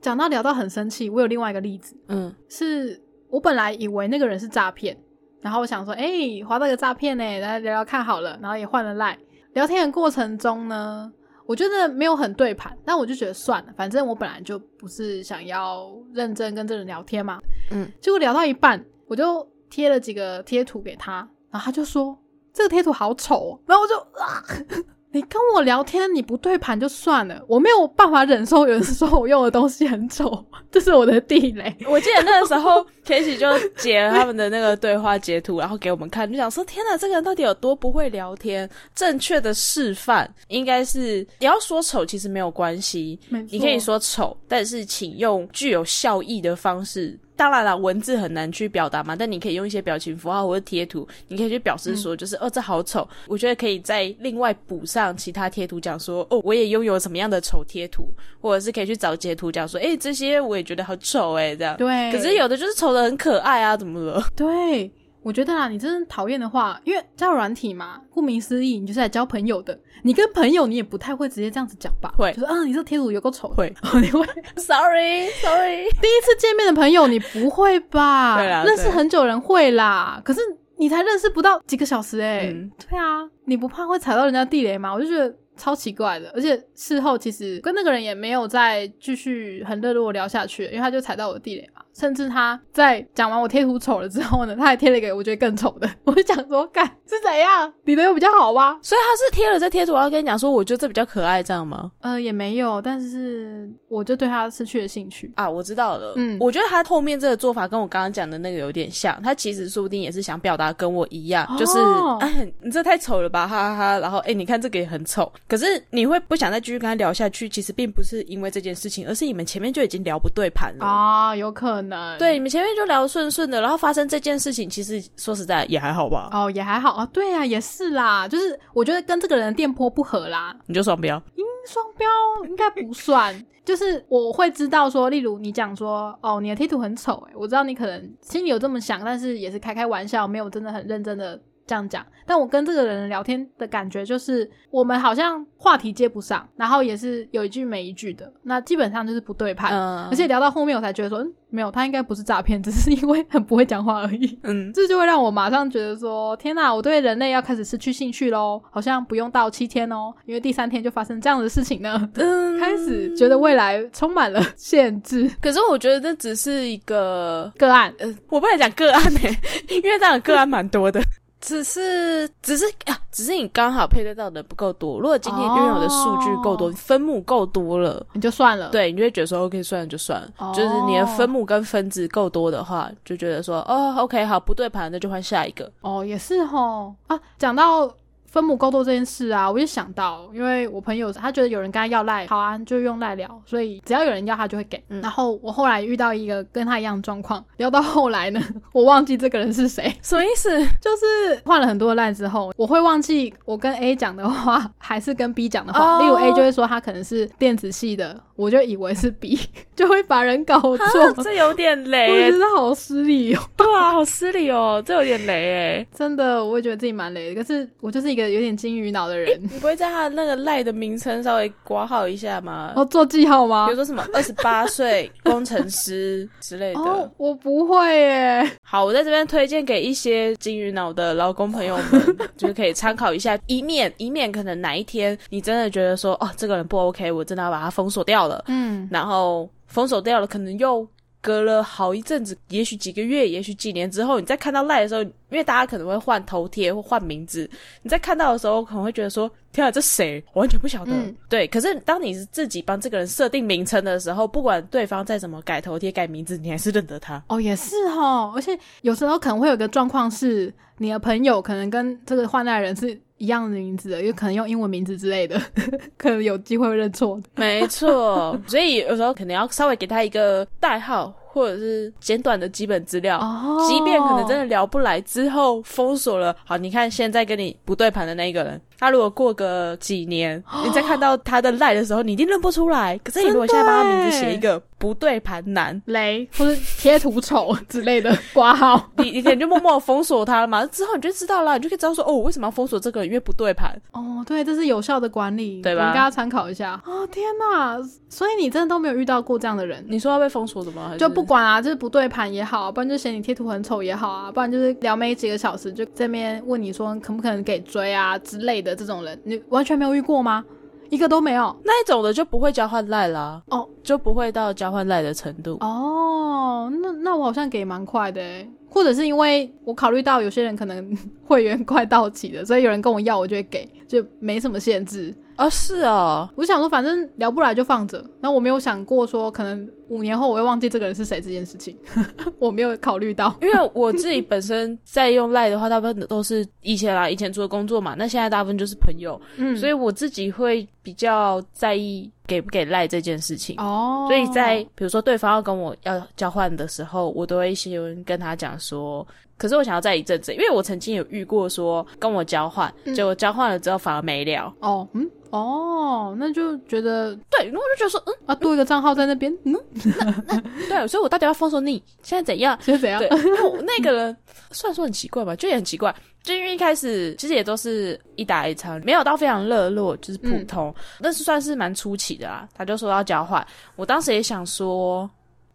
B: 讲到聊到很生气，我有另外一个例子，
A: 嗯，
B: 是我本来以为那个人是诈骗，然后我想说，哎、欸划到个诈骗呢，来聊聊看好了，然后也换了赖。聊天的过程中呢，我觉得没有很对盘，但我就觉得算了，反正我本来就不是想要认真跟这人聊天嘛。
A: 嗯，
B: 结果聊到一半，我就贴了几个贴图给他，然后他就说这个贴图好丑、哦，然后我就啊。 [LAUGHS] 你跟我聊天，你不对盘就算了，我没有办法忍受有人说我用的东西很丑，这是我的地雷。
A: [LAUGHS] 我记得那个时候 k a s e y 就截了他们的那个对话截图，然后给我们看，就想说：天哪，这个人到底有多不会聊天？正确的示范应该是，你要说丑其实没有关系，你可以说丑，但是请用具有效益的方式。当然啦，文字很难去表达嘛，但你可以用一些表情符号或者贴图，你可以去表示说，
B: 嗯
A: 就是、哦，这好丑。我觉得可以再另外补上其他贴图，讲说哦，我也拥有什么样的丑贴图，或者是可以去找截图讲说，诶，这些我也觉得好丑诶，这样。
B: 对，
A: 可是有的就是丑的很可爱啊，怎么了？ [LAUGHS]
B: 对，我觉得啦，你真的讨厌的话，因为交友软体嘛，顾名思义，你就是来交朋友的。你跟朋友，你也不太会直接这样子讲吧？
A: 会
B: 就是啊，你这贴图有够丑的。
A: 会
B: [LAUGHS] 你会
A: ，sorry sorry，
B: 第一次见面的朋友，你不会吧？
A: 对啦
B: 认识
A: 对
B: 很久人会啦，可是你才认识不到几个小时哎、
A: 嗯
B: 对啊，你不怕会踩到人家地雷吗？我就觉得。超奇怪的，而且事后其实跟那个人也没有再继续很热络地聊下去，因为他就踩到我的地雷嘛。甚至他在讲完我贴图丑了之后呢，他还贴了一个我觉得更丑的。 [LAUGHS] 我就想说，干是怎样？你的又比较好吗？
A: 所以他是贴了这贴图，然后跟你讲说，我觉得这比较可爱，这样吗？
B: 呃，也没有，但是我就对他失去了兴趣。
A: 啊，我知道了。
B: 嗯
A: 我觉得他后面这个做法跟我刚刚讲的那个有点像，他其实说不定也是想表达跟我一样，
B: 哦
A: 就是哎，你这太丑了吧，哈哈哈。然后哎，你看这个也很丑，可是你会不想再继续跟他聊下去，其实并不是因为这件事情，而是你们前面就已经聊不对盘了。
B: 啊、有可能。
A: 对，你们前面就聊得顺顺的，然后发生这件事情，其实说实在也还好吧，
B: 哦，也还好啊，对啊，也是啦，就是我觉得跟这个人的电波不合啦，
A: 你就双标。
B: 双标应该不算。 [LAUGHS] 就是我会知道说，例如你讲说，哦，你的贴图很丑，诶，我知道你可能心里有这么想，但是也是开开玩笑，没有真的很认真的这样讲。但我跟这个人聊天的感觉就是，我们好像话题接不上，然后也是有一句没一句的，那基本上就是不对盘。
A: 嗯，
B: 而且聊到后面，我才觉得说，嗯，没有，他应该不是诈骗，只是因为很不会讲话而已。
A: 嗯，
B: 这就会让我马上觉得说，天哪，我对人类要开始失去兴趣喽，好像不用到七天哦，因为第三天就发生这样的事情呢。
A: 嗯
B: 开始觉得未来充满了限制
A: 可是我觉得这只是一个
B: 个案，
A: 呃，我不能讲个案呢、因为这样的个案蛮多的。只是，只是啊，只是你刚好配对到的不够多。如果今天
B: 哦
A: 拥有的数据够多，分母够多了，
B: 你就算了。，
A: 对，你就会觉得说 OK，算了就算了。
B: 哦
A: 就是你的分母跟分子够多的话，就觉得说哦，OK，好，不对盘，那就换下一个。
B: 哦，也是吼啊。讲到分母够多这件事啊，我就想到，因为我朋友他觉得有人跟他要赖，好啊，就用赖聊，所以只要有人要他就会给。
A: 嗯
B: 然后我后来遇到一个跟他一样的状况，聊到后来呢，我忘记这个人是谁。
A: 什么意 [LAUGHS] 思？
B: 就是换了很多烂之后，我会忘记我跟 A 讲的话 [LAUGHS] 还是跟 B 讲的话。
A: 哦
B: 例如 A 就会说他可能是电子系的，我就以为是 B，就 [LAUGHS] 会把人搞错。我
A: 啊这有点
B: 觉
A: 雷、
B: 得好失礼哦，
A: 对啊，好失礼哦，这有点雷哎、
B: 真的，我也觉得自己蛮累的。可是我就是一个有点金鱼脑的人，
A: 你不会在他的那个赖的名称稍微挂号一下吗？
B: 哦，做记号吗
A: 比如？说什么二十八岁工程师之类的。
B: 哦，我不会耶。
A: 好，我在这边推荐给一些金鱼脑的劳工朋友们，就是可以参考一下，以免以免可能哪一天你真的觉得说，哦，这个人不 OK，我真的要把他封锁掉了，
B: 嗯，
A: 然后封锁掉了，可能又。隔了好一阵子，也许几个月，也许几年之后，你再看到赖的时候，因为大家可能会换头贴或换名字，你在看到的时候可能会觉得说：“天啊，这谁？我完全不晓得。
B: 嗯
A: 对，可是当你是自己帮这个人设定名称的时候，不管对方再怎么改头贴、改名字，你还是认得他。
B: 哦，也是哦。而且有时候可能会有一个状况是，你的朋友可能跟这个换赖人是一样的名字的，有可能用英文名字之类的， [LAUGHS] 可能有机会会认错的。
A: 没错，所以有时候可能要稍微给他一个代号，或者是简短的基本资料。
B: 哦
A: 即便可能真的聊不来，之后封锁了，好，你看现在跟你不对盘的那一个人，他如果过个几年，
B: 哦
A: 你再看到他的赖的时候，你一定认不出来。可是你如果现在帮他名字写一个不对盘
B: [LAUGHS]
A: 男，
B: 雷或者贴图丑之类的挂号
A: 你你可能就默默地封锁他了嘛，之后你就知道了，你就可以知道说，哦，我为什么要封锁这个人，因为不对盘。
B: [LAUGHS] 哦，对，这是有效的管理，
A: 对吧
B: 我们大家参考一下。哦，天哪！所以你真的都没有遇到过这样的人，
A: 你说要被封锁怎么？还是
B: 就不管啊，就是不对盘也好，不然就嫌你贴图很丑也好啊，不然就是聊没几个小时就这边问你说可不可能给追啊之类的这种人，你完全没有遇过吗？一个都没有。
A: 那一种的就不会交换赖啦，
B: 哦，
A: 就不会到交换赖的程度。
B: 哦，那那我好像给蛮快的欸，或者是因为我考虑到有些人可能 [LAUGHS] 会员快到期了，所以有人跟我要，我就会给，就没什么限制。
A: 哦，是哦，
B: 我想说，反正聊不来就放着。然后我没有想过说，可能五年后我会忘记这个人是谁这件事情， [LAUGHS] 我没有考虑到。
A: 因为我自己本身在用赖的话，大部分都是以前啦，以前除了工作嘛，那现在大部分就是朋友，
B: 嗯，
A: 所以我自己会比较在意给不给赖这件事情。
B: 哦，
A: 所以在比如说对方要跟我要交换的时候，我都会先跟他讲说，可是我想要在一阵子，因为我曾经有遇过说跟我交换，
B: 嗯
A: 结果交换了之后反而没聊，
B: 哦，嗯，哦，那就觉得
A: 对，那我就觉得说，
B: 啊，多一个账号在那边，嗯，
A: 嗯，对，所以我到底要封锁你，现在怎样？
B: 现在怎样
A: 对？，因为我那个人虽然说很奇怪吧，就也很奇怪，就因为一开始其实也都是一打一场，没有到非常热络，就是普通，但是算是蛮出奇的啦。他就说要交换，我当时也想说。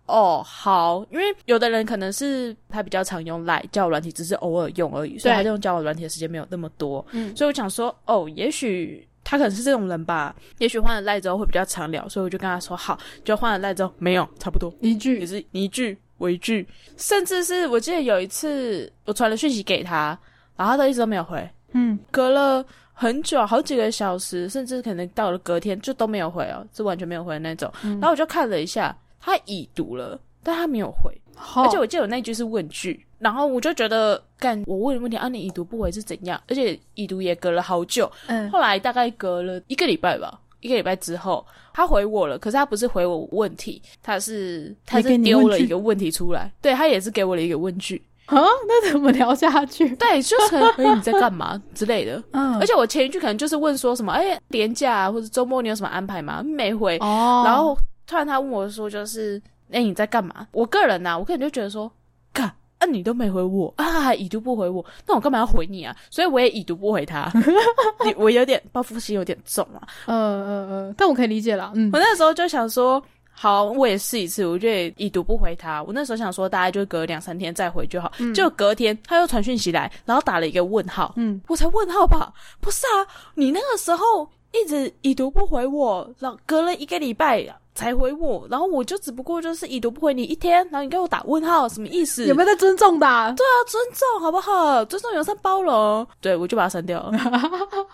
A: 哦，好，因为有的人可能是他比较常用赖交友软体，只是偶尔用而已，所以他用交友软体的时间没有那么多。
B: 嗯
A: 所以我想说，哦，也许他可能是这种人吧，也许换了赖之后会比较常聊，所以我就跟他说好，就换了赖之后没有，差不多，
B: 一
A: 也
B: 句，
A: 是你一句我一句，甚至是我记得有一次我传了讯息给他，然后他都一直都没有回，
B: 嗯，
A: 隔了很久，好几个小时，甚至可能到了隔天就都没有回哦，是完全没有回的那种。
B: 嗯
A: 然后我就看了一下，他已读了，但他没有回，
B: 好，
A: 而且我记得我那句是问句，然后我就觉得，干，我问了问题啊，你已读不回是怎样？而且已读也隔了好久，
B: 嗯，
A: 后来大概隔了一个礼拜吧，一个礼拜之后，他回我了，可是他不是回我问题，他是他
B: 也给
A: 是
B: 你
A: 丢
B: 问
A: 了
B: 句
A: 一个问题出来，对他也是给我了一个问句，
B: 啊，那 [LAUGHS] 怎么聊下去？
A: 对， [LAUGHS] 就是哎、你在干嘛之类的。
B: 嗯，
A: 而且我前一句可能就是问说什么，哎、廉假、啊、或者周末你有什么安排吗？没回，
B: 哦，
A: 然后突然他问我说，就是哎、你在干嘛？我个人呐、我个人就觉得说，干啊你都没回我啊，还已读不回我，那我干嘛要回你啊？所以我也已读不回他，你我有点报复心有点重啊。
B: 呃呃呃，但我可以理解啦，嗯
A: 我那时候就想说，好，我也试一次，我就也已读不回他。我那时候想说，大概就隔两三天再回就好。就隔天他又传讯息来，然后打了一个问号，
B: 嗯，
A: 我才问号吧？不是啊，你那个时候一直已读不回我，然后隔了一个礼拜。才回我，然后我就只不过就是已读不回你一天，然后你给我打问号，什么意思？
B: 有没有在尊重的
A: [LAUGHS]
B: 啊？
A: 对啊，尊重好不好？尊重、友善、包容。对，我就把它删掉了。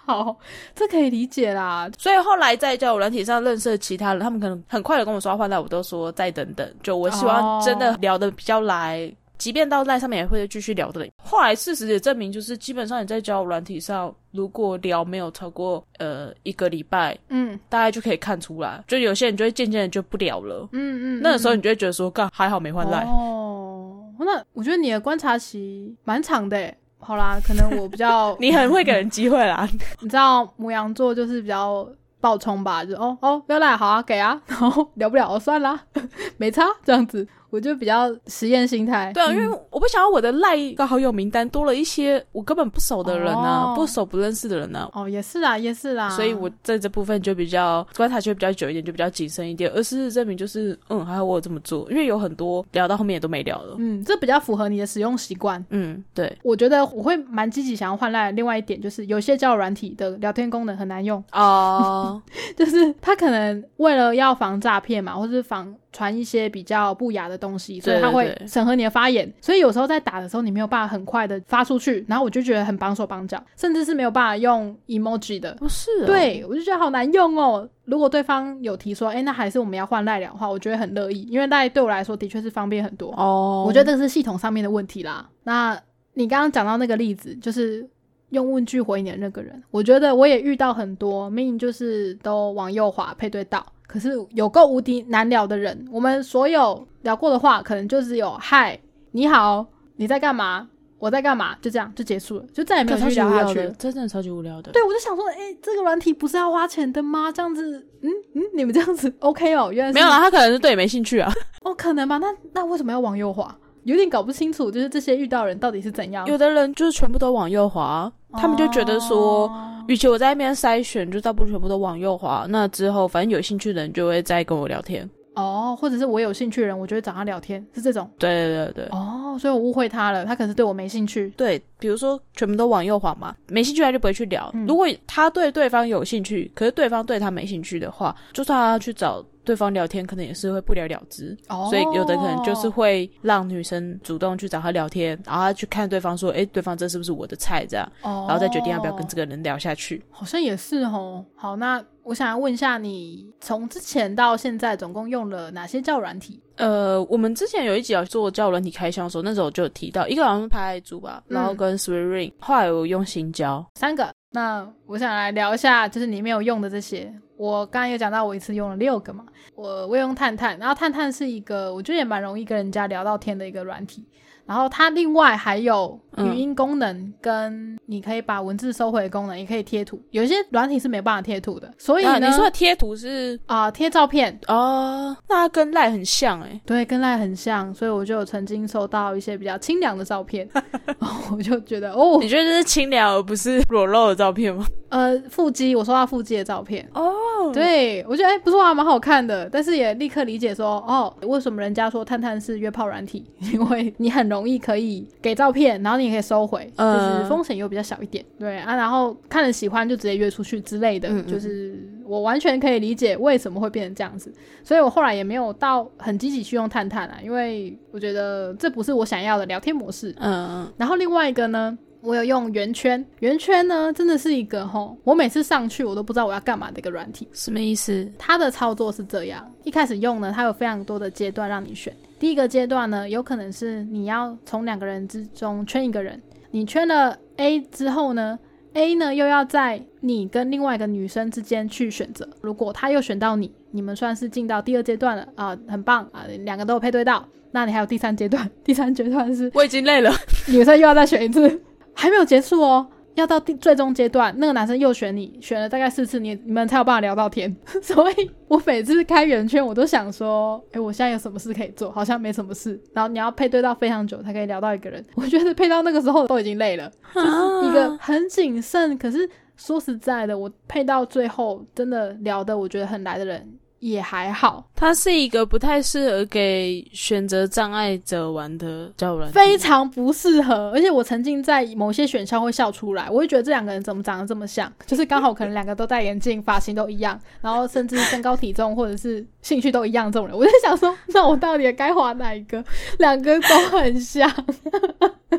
B: 好，这可以理解啦，
A: 所以后来在交友软体上认识的其他人，他们可能很快的跟我说要换赖，我都说再等等。就我希望
B: 哦
A: 真的聊得比较来即便到赖上面也会继续聊的。后来事实也证明，就是基本上你在交友软体上，如果聊没有超过呃一个礼拜，
B: 嗯
A: 大概就可以看出来，就有些人就会渐渐的就不聊了。
B: 嗯嗯，
A: 那个时候
B: 嗯
A: 你就会觉得说，干还好没换赖。
B: 哦，那我觉得你的观察期蛮长的欸，好啦，可能我比较
A: [LAUGHS] [LAUGHS] 你很会给人机会啦，
B: 你知道母羊座就是比较暴冲吧，就哦哦不要来好啊给啊， [LAUGHS] 然后聊不了、哦、算啦， [LAUGHS] 没差这样子，我就比较实验心态。
A: 对啊，因
B: 嗯
A: 为我不想要我的赖个好友名单多了一些我根本不熟的人呐、
B: 哦
A: 不熟不认识的人啊呐、
B: 哦也是啦也是啦，
A: 所以我在这部分就比较观察就比较久一点，就比较谨慎一点。而事实证明就是，嗯，还好我有这么做，因为有很多聊到后面也都没聊了。
B: 嗯这比较符合你的使用习惯。
A: 嗯，对。
B: 我觉得我会蛮积极想要换赖。另外一点就是，有些交友软体的聊天功能很难用，
A: 哦、
B: 就是他可能为了要防诈骗嘛，或是防传一些比较不雅的东西，所以他
A: 对
B: 会
A: 对对
B: 审核你的发言。所以有时候在打的时候，你没有办法很快的发出去，然后我就觉得很绑手绑脚，甚至是没有办法用 emoji 的。
A: 不是、 [LAUGHS] 哦，
B: 对，我就觉得好难用哦。如果对方有提说，哎、那还是我们要换赖聊的话，我觉得很乐意，因为赖对我来说的确是方便很多。
A: 哦
B: 我觉得这个是系统上面的问题啦。那你刚刚讲到那个例子，就是用问句回你的那个人，我觉得我也遇到很多，明明就是都往右滑配对到，可是有够无敌难聊的人。我们所有聊过的话，可能就只有嗨、你好、你在干嘛、我在干嘛，就这样就结束了，就再也没
A: 可
B: 有
A: 超
B: 去
A: 级
B: 聊
A: 无
B: 下
A: 聊
B: 去
A: 的
B: 了，。
A: 这真的超级无聊的。
B: 对，我就想说，哎、这个软体不是要花钱的吗？这样子，嗯嗯，你们这样子 OK 哦，原来是
A: 没有啦，他可能是对你没兴趣啊，
B: 哦，可能吧。那那为什么要往右滑？有点搞不清楚，就是这些遇到人到底是怎样。
A: 有的人就是全部都往右滑，他们就觉得说，
B: 哦
A: 与其我在那边筛选，就倒不如全部都往右滑。那之后，反正有兴趣的人就会再跟我聊天。
B: 哦，或者是我有兴趣的人，我就会找他聊天，是这种
A: 对对对对。
B: 哦，所以我误会他了，他可能是对我没兴趣。
A: 对，比如说全部都往右滑嘛，没兴趣他就不会去聊。
B: 嗯
A: 如果他对对方有兴趣，可是对方对他没兴趣的话，就算他去找对方聊天，可能也是会不了了之。
B: 哦，
A: 所以有的可能就是会让女生主动去找他聊天，然后他去看对方说，诶，对方这是不是我的菜这样，
B: 哦，
A: 然后再决定要不要跟这个人聊下去。
B: 好像也是哦。好，那我想要问一下你，从之前到现在总共用了哪些教软体？
A: 呃，我们之前有一集要做叫人体开箱的时候，那时候就有提到一个好像是拍爱猪吧，
B: 嗯
A: 然后跟 Sweet Ring，、后来我用新交，
B: 三个。那我想来聊一下，就是你没有用的这些。我刚刚有讲到，我一次用了六个嘛，我我也用探探，然后探探是一个我觉得也蛮容易跟人家聊到天的一个软体。然后它另外还有语
A: 嗯
B: 音功能，跟你可以把文字收回的功能，也可以贴图。有一些软体是没办法贴图的，所以呢，
A: 啊你说的贴图是
B: 啊、贴照片，
A: 哦，那它跟赖很像诶、
B: 对，跟赖很像，所以我就有曾经收到一些比较清凉的照片， [LAUGHS] 然后我就觉得哦
A: 你，觉得这是清凉而不是裸露的照 [LAUGHS] 片吗？
B: 呃，腹肌，我收到腹肌的照片，
A: 哦，
B: 对我觉得哎、不错啊，蛮好看的，但是也立刻理解说哦，为什么人家说探探是约炮软体，因为你很容易可以给照片，然后你也可以收回，就是
A: 嗯
B: 风险又比较小一点，对啊，然后看了喜欢就直接约出去之类的，
A: 嗯嗯
B: 就是我完全可以理解为什么会变成这样子，所以我后来也没有到很积极去用探探啊，因为我觉得这不是我想要的聊天模式。
A: 嗯，
B: 然后另外一个呢，我有用圆圈，圆圈呢真的是一个吼，我每次上去我都不知道我要干嘛的一个软体。
A: 什么意思？
B: 它的操作是这样：一开始用呢，它有非常多的阶段让你选。第一个阶段呢，有可能是你要从两个人之中圈一个人，你圈了 A 之后呢，A 呢又要在你跟另外一个女生之间去选择。如果他又选到你，你们算是进到第二阶段了啊、很棒啊、两个都有配对到。那你还有第三阶段， [LAUGHS] 第三阶段是
A: 我已经累了。
B: 女生又要再选一次， [LAUGHS] 还没有结束哦，要到第最终阶段，那个男生又选你，选了大概四次，你你们才有办法聊到天。 [LAUGHS] 所以我每次开圆圈，我都想说，诶，我现在有什么事可以做？好像没什么事。然后你要配对到非常久才可以聊到一个人， [LAUGHS] 我觉得配到那个时候都已经累了，
A: 啊
B: 就是
A: 嗯
B: 一个很谨慎，可是说实在的，我配到最后真的聊的，我觉得很来的人也还好，
A: 它是一个不太适合给选择障碍者玩的交友软件
B: 非常不适合，而且我曾经在某些选项会笑出来，我会觉得这两个人怎么长得这么像，就是刚好可能两个都戴眼镜，发型都一样，然后甚至身高体重或者是兴趣都一样这种人，我就想说，那我到底该滑哪一个？两个都很像， [LAUGHS]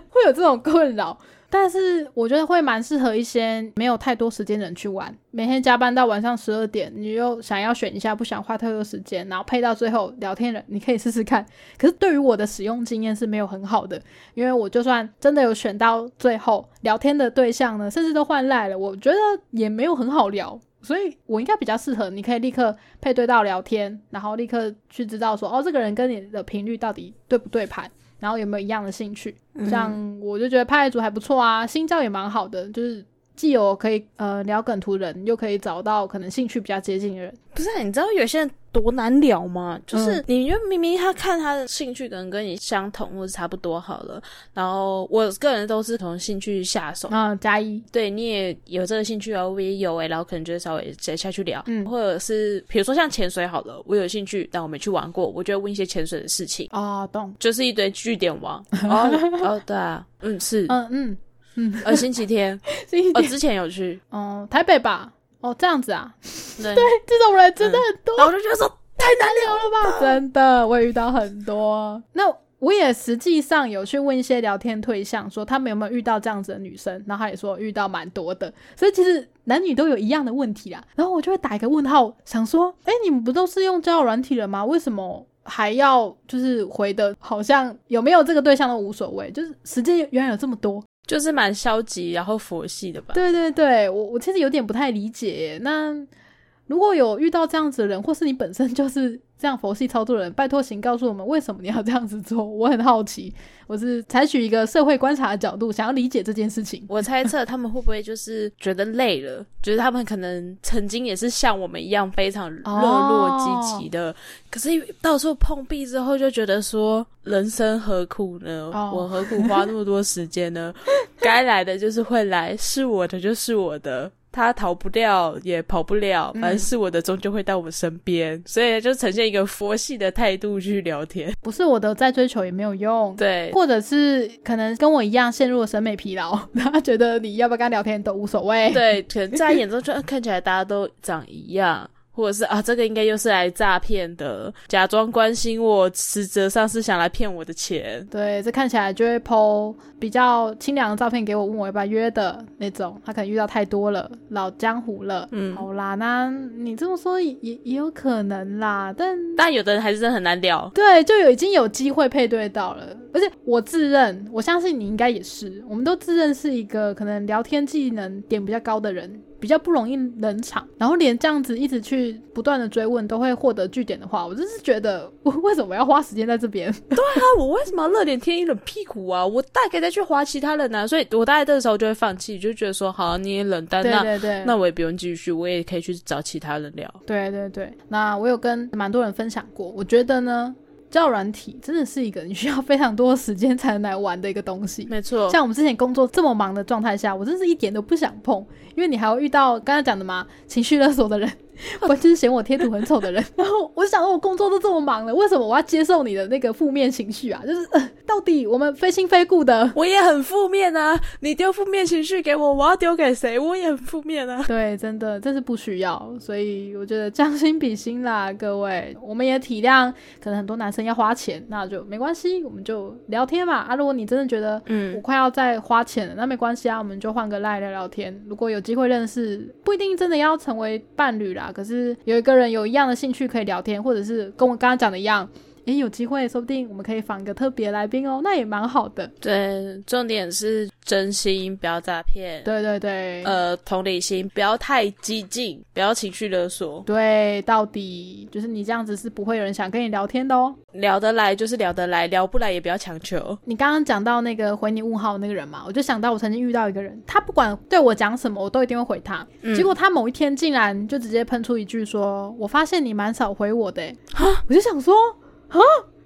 B: 会有这种困扰。但是我觉得会蛮适合一些没有太多时间的人去玩，每天加班到晚上十二点，你又想要选一下，不想花太多时间，然后配到最后聊天人，你可以试试看。可是对于我的使用经验是没有很好的，因为我就算真的有选到最后聊天的对象呢，甚至都换赖了，我觉得也没有很好聊。所以我应该比较适合，你可以立刻配对到聊天，然后立刻去知道说，哦，这个人跟你的频率到底对不对盘，然后有没有一样的兴趣。
A: 嗯
B: 像我就觉得派组还不错啊，新教也蛮好的，就是既有可以呃聊梗图人，又可以找到可能兴趣比较接近的人。
A: 不是啊、你知道有些人多难聊吗？就是
B: 嗯
A: 你就明明他看他的兴趣可能跟你相同或者差不多好了，然后我个人都是从兴趣下手。
B: 嗯，加一，
A: 对，你也有这个兴趣啊，我也有诶、然后可能就会稍微再下去聊，
B: 嗯
A: 或者是比如说像潜水好了，我有兴趣，但我没去玩过，我就会问一些潜水的事情，
B: 哦，懂，
A: 就是一堆据点王。哦哦，对啊，嗯
B: [LAUGHS]
A: 是，
B: 嗯嗯，
A: 呃星期天，
B: 这一
A: 呃
B: 点，
A: 之前有去，
B: 哦，台北吧，哦，这样子啊， [LAUGHS]
A: 对，然
B: 这种人真的很多，
A: 后我就觉得说太难聊了吧。
B: 真的，我也遇到很多。那我也实际上有去问一些聊天对象，说他们有没有遇到这样子的女生，然后他也说遇到蛮多的，所以其实男女都有一样的问题啦。然后我就会打一个问号，想说，哎，你们不都是用交友软体了吗？为什么？还要就是回的，好像有没有这个对象都无所谓，就是时间原来有这么多，
A: 就是蛮消极，然后佛系的吧。
B: 对对对，我我其实有点不太理解耶。那如果有遇到这样子的人，或是你本身就是这样佛系操作的人，拜托请告诉我们为什么你要这样子做，我很好奇。我是采取一个社会观察的角度，想要理解这件事情。
A: 我猜测他们会不会就是觉得累了， [LAUGHS] 就是他们可能曾经也是像我们一样非常热络积极
B: 哦
A: 的，可是到处碰壁之后就觉得说人生何苦呢？
B: 哦
A: 我
B: [LAUGHS]
A: 何苦花那么多时间呢？该来的就是会来，是我的就是我的，它逃不掉，也跑不了，
B: 嗯
A: 凡是我的终究会到我身边，所以就呈现一个佛系的态度去聊天。
B: 不是我的再追求也没有用。
A: 对，
B: 或者是可能跟我一样陷入了审美疲劳， [LAUGHS] 他觉得你要不要跟他聊天都无所谓。
A: [LAUGHS] 对，可能在他眼中就呃看起来大家都长一样，或者是啊，这个应该又是来诈骗的，假装关心我，实则上是想来骗我的钱。
B: 对，这看起来就会 PO 比较清凉的照片给我，问我要不要约的那种。他可能遇到太多了，老江湖了。
A: 嗯
B: 好啦，那你这么说也也也有可能啦，但
A: 但有的人还是真的很难聊，
B: 对，就有已经有机会配对到了。而且我自认，我相信你应该也是，我们都自认是一个可能聊天技能点比较高的人，比较不容易冷场，然后连这样子一直去不断的追问都会获得据点的话，我真是觉得我为什么要花时间在
A: [LAUGHS]
B: 这边？
A: 那我为什么要热脸贴一冷屁股啊？我大概再去划其他人啊，所以我大概这个时候就会放弃，就觉得说，好，啊你也冷淡，
B: 对
A: 那
B: 对对，
A: 那我也不用继续，我也可以去找其他人聊。
B: 对对对，那我有跟蛮多人分享过，我觉得呢，教软体真的是一个你需要非常多的时间才能来玩的一个东西。
A: 没错，
B: 像我们之前工作这么忙的状态下，我真是一点都不想碰，因为你还要遇到刚才讲的嘛，情绪勒索的人， [LAUGHS] 关键是嫌我贴图很丑的人。 [LAUGHS] 然后我想，我工作都这么忙了，为什么我要接受你的那个负面情绪啊？就是、 [LAUGHS] 呃、到底我们非亲非故的， [LAUGHS]
A: 我也很负面啊！你丢负面情绪给我，我要丢给谁？我也很负面啊！
B: 对，真的，这是不需要，所以我觉得将心比心啦，各位，我们也体谅，可能很多男生要花钱，那就没关系，我们就聊天嘛。啊，如果你真的觉得
A: 嗯
B: 我快要再花钱了，那没关系啊，我们就换个赖聊聊天。如果有机会认识，不一定真的要成为伴侣啦，可是有一个人有一样的兴趣可以聊天，或者是跟我刚刚讲的一样。诶，有机会，说不定我们可以访一个特别来宾哦，那也蛮好的。
A: 对，重点是真心，不要诈骗。
B: 对对对，
A: 呃，同理心，不要太激进，不要情绪勒索，
B: 对，到底就是你这样子是不会有人想跟你聊天的哦。
A: 聊得来就是聊得来，聊不来也不要强求。
B: 你刚刚讲到那个回你问号那个人嘛，我就想到我曾经遇到一个人，他不管对我讲什么，我都一定会回他。
A: 嗯
B: 结果他某一天竟然就直接喷出一句说：“我发现你蛮少回我的、欸。”我就想说：“啊，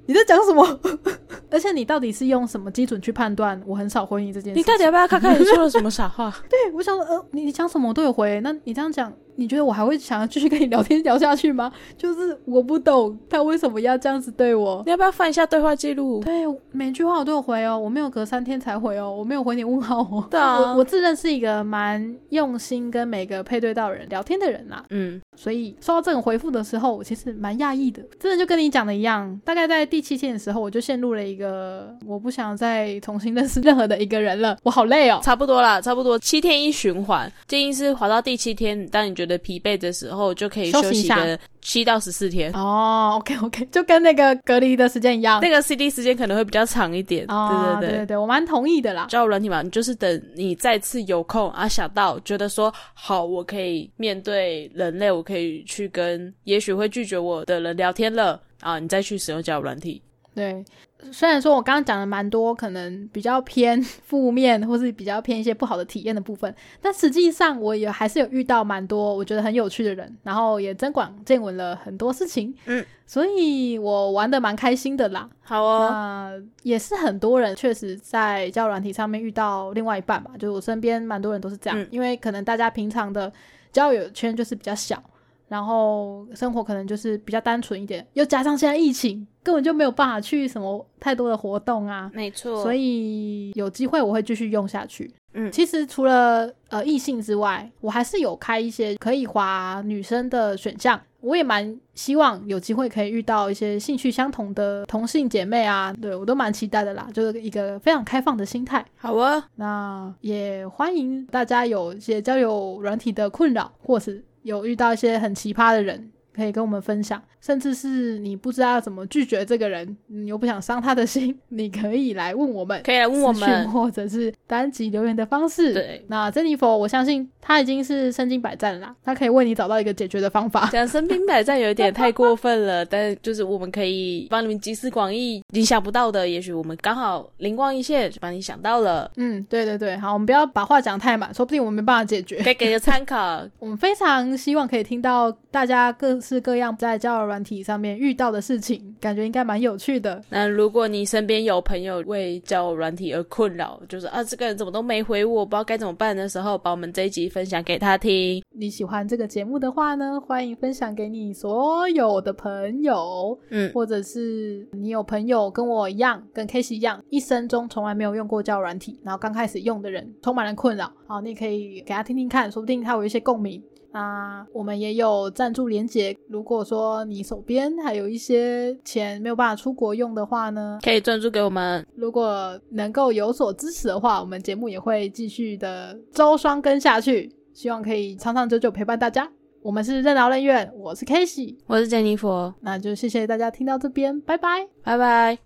B: 你在讲什么？ [LAUGHS] 而且你到底是用什么基准去判断我很少回你这件事
A: 你
B: 情？”
A: 到底要不要看看你说了什么傻话？ [LAUGHS]
B: 对，我想说，呃，你你讲什么我都有回、那你这样讲，你觉得我还会想要继续跟你聊天聊下去吗？就是我不懂他为什么要这样子对我。
A: 你要不要翻一下对话记
B: [LAUGHS]
A: 录？
B: 对，每句话我都有回哦，我没有隔三天才回哦，我没有回你问号哦。
A: 对啊
B: 我我自认是一个蛮用心跟每个配对到的人聊天的人啊啦、
A: 嗯，
B: 所以收到这种回复的时候，我其实蛮讶异的。真的就跟你讲的一样，大概在第七天的时候，我就陷入了一个我不想再重新认识任何的一个人了，我好累哦。
A: 差不多啦，差不多七天一循环。建议是滑到第七天，当你觉得疲惫的时候，就可以
B: 休
A: 休
B: 息一
A: 息
B: 下
A: 个七到十四天。
B: 哦，OK OK，就跟那个隔离的时间一样。
A: 那个 CD 时间可能会比较长一点。
B: 啊，
A: 对
B: 对
A: 对对。
B: 对，我蛮同意的啦。
A: 交友软体嘛，你就是等你再次有空啊，想到觉得说好，我可以面对人类，我可以去跟也许会拒绝我的人聊天了啊，你再去使用交友软体。
B: 对，虽然说我刚刚讲了蛮多，可能比较偏 [LAUGHS] 负面，或是比较偏一些不好的体验的部分，但实际上我也还是有遇到蛮多我觉得很有趣的人，然后也增广见闻了很多事情。
A: 嗯，
B: 所以我玩的蛮开心的啦。
A: 好哦，
B: 那也是很多人确实在交友软体上面遇到另外一半嘛，就是我身边蛮多人都是这样，
A: 嗯
B: 因为可能大家平常的交友圈就是比较小，然后生活可能就是比较单纯一点，又加上现在疫情，根本就没有办法去什么太多的活动啊，
A: 没错
B: 所以有机会我会继续用下去。
A: 嗯
B: 其实除了呃异性之外，我还是有开一些可以划女生的选项。我也蛮希望有机会可以遇到一些兴趣相同的同性姐妹啊，对我都蛮期待的啦，就是一个非常开放的心态。
A: 好哦，
B: 那也欢迎大家有一些交友软体的困扰，或是有遇到一些很奇葩的人，可以跟我们分享，甚至是你不知道要怎么拒绝这个人，你又不想伤他的心，你可以来问我们。
A: 可以来问我
B: 私讯
A: 们。
B: 或者是单集留言的方式。
A: 对，
B: 那珍妮佛，我相信他已经是身经百战了啦，他可以为你找到一个解决的方法。
A: 讲生兵百战有一点太过分了，但是就是我们可以帮你们集思广益，你想不到的，也许我们刚好灵光一现就帮你想到了，
B: [LAUGHS] 嗯，对对对，好，我们不要把话讲 [LAUGHS] 太满，说不定我们没办法解决。
A: 可以给个参考。
B: 我们非常希望可以听到大家各式各样在交友软体上面遇到的事情，感觉应该蛮有趣的。
A: 那如果你身边有朋友为交友软体而困扰，就是啊这个人怎么都没回我，不知道该怎么办的时候，把我们这一集分享给他听。
B: 你喜欢这个节目的话呢，欢迎分享给你所有的朋友，
A: 嗯，
B: 或者是你有朋友跟我一样，跟 K C 一样，一生中从来没有用过交友软体，然后刚开始用的人充满了困扰，好，你也可以给他听听看，说不定他有一些共鸣。那我们也有赞助连结，如果说你手边还有一些钱没有办法出国用的话呢，
A: 可以赞助给我们，
B: 如果能够有所支持的话，我们节目也会继续的周双更下去，希望可以长长久久陪伴大家。我们是任劳任怨，我是 k a s e y
A: 我是杰尼佛，
B: 那就谢谢大家听到这边，拜拜。
A: 拜拜。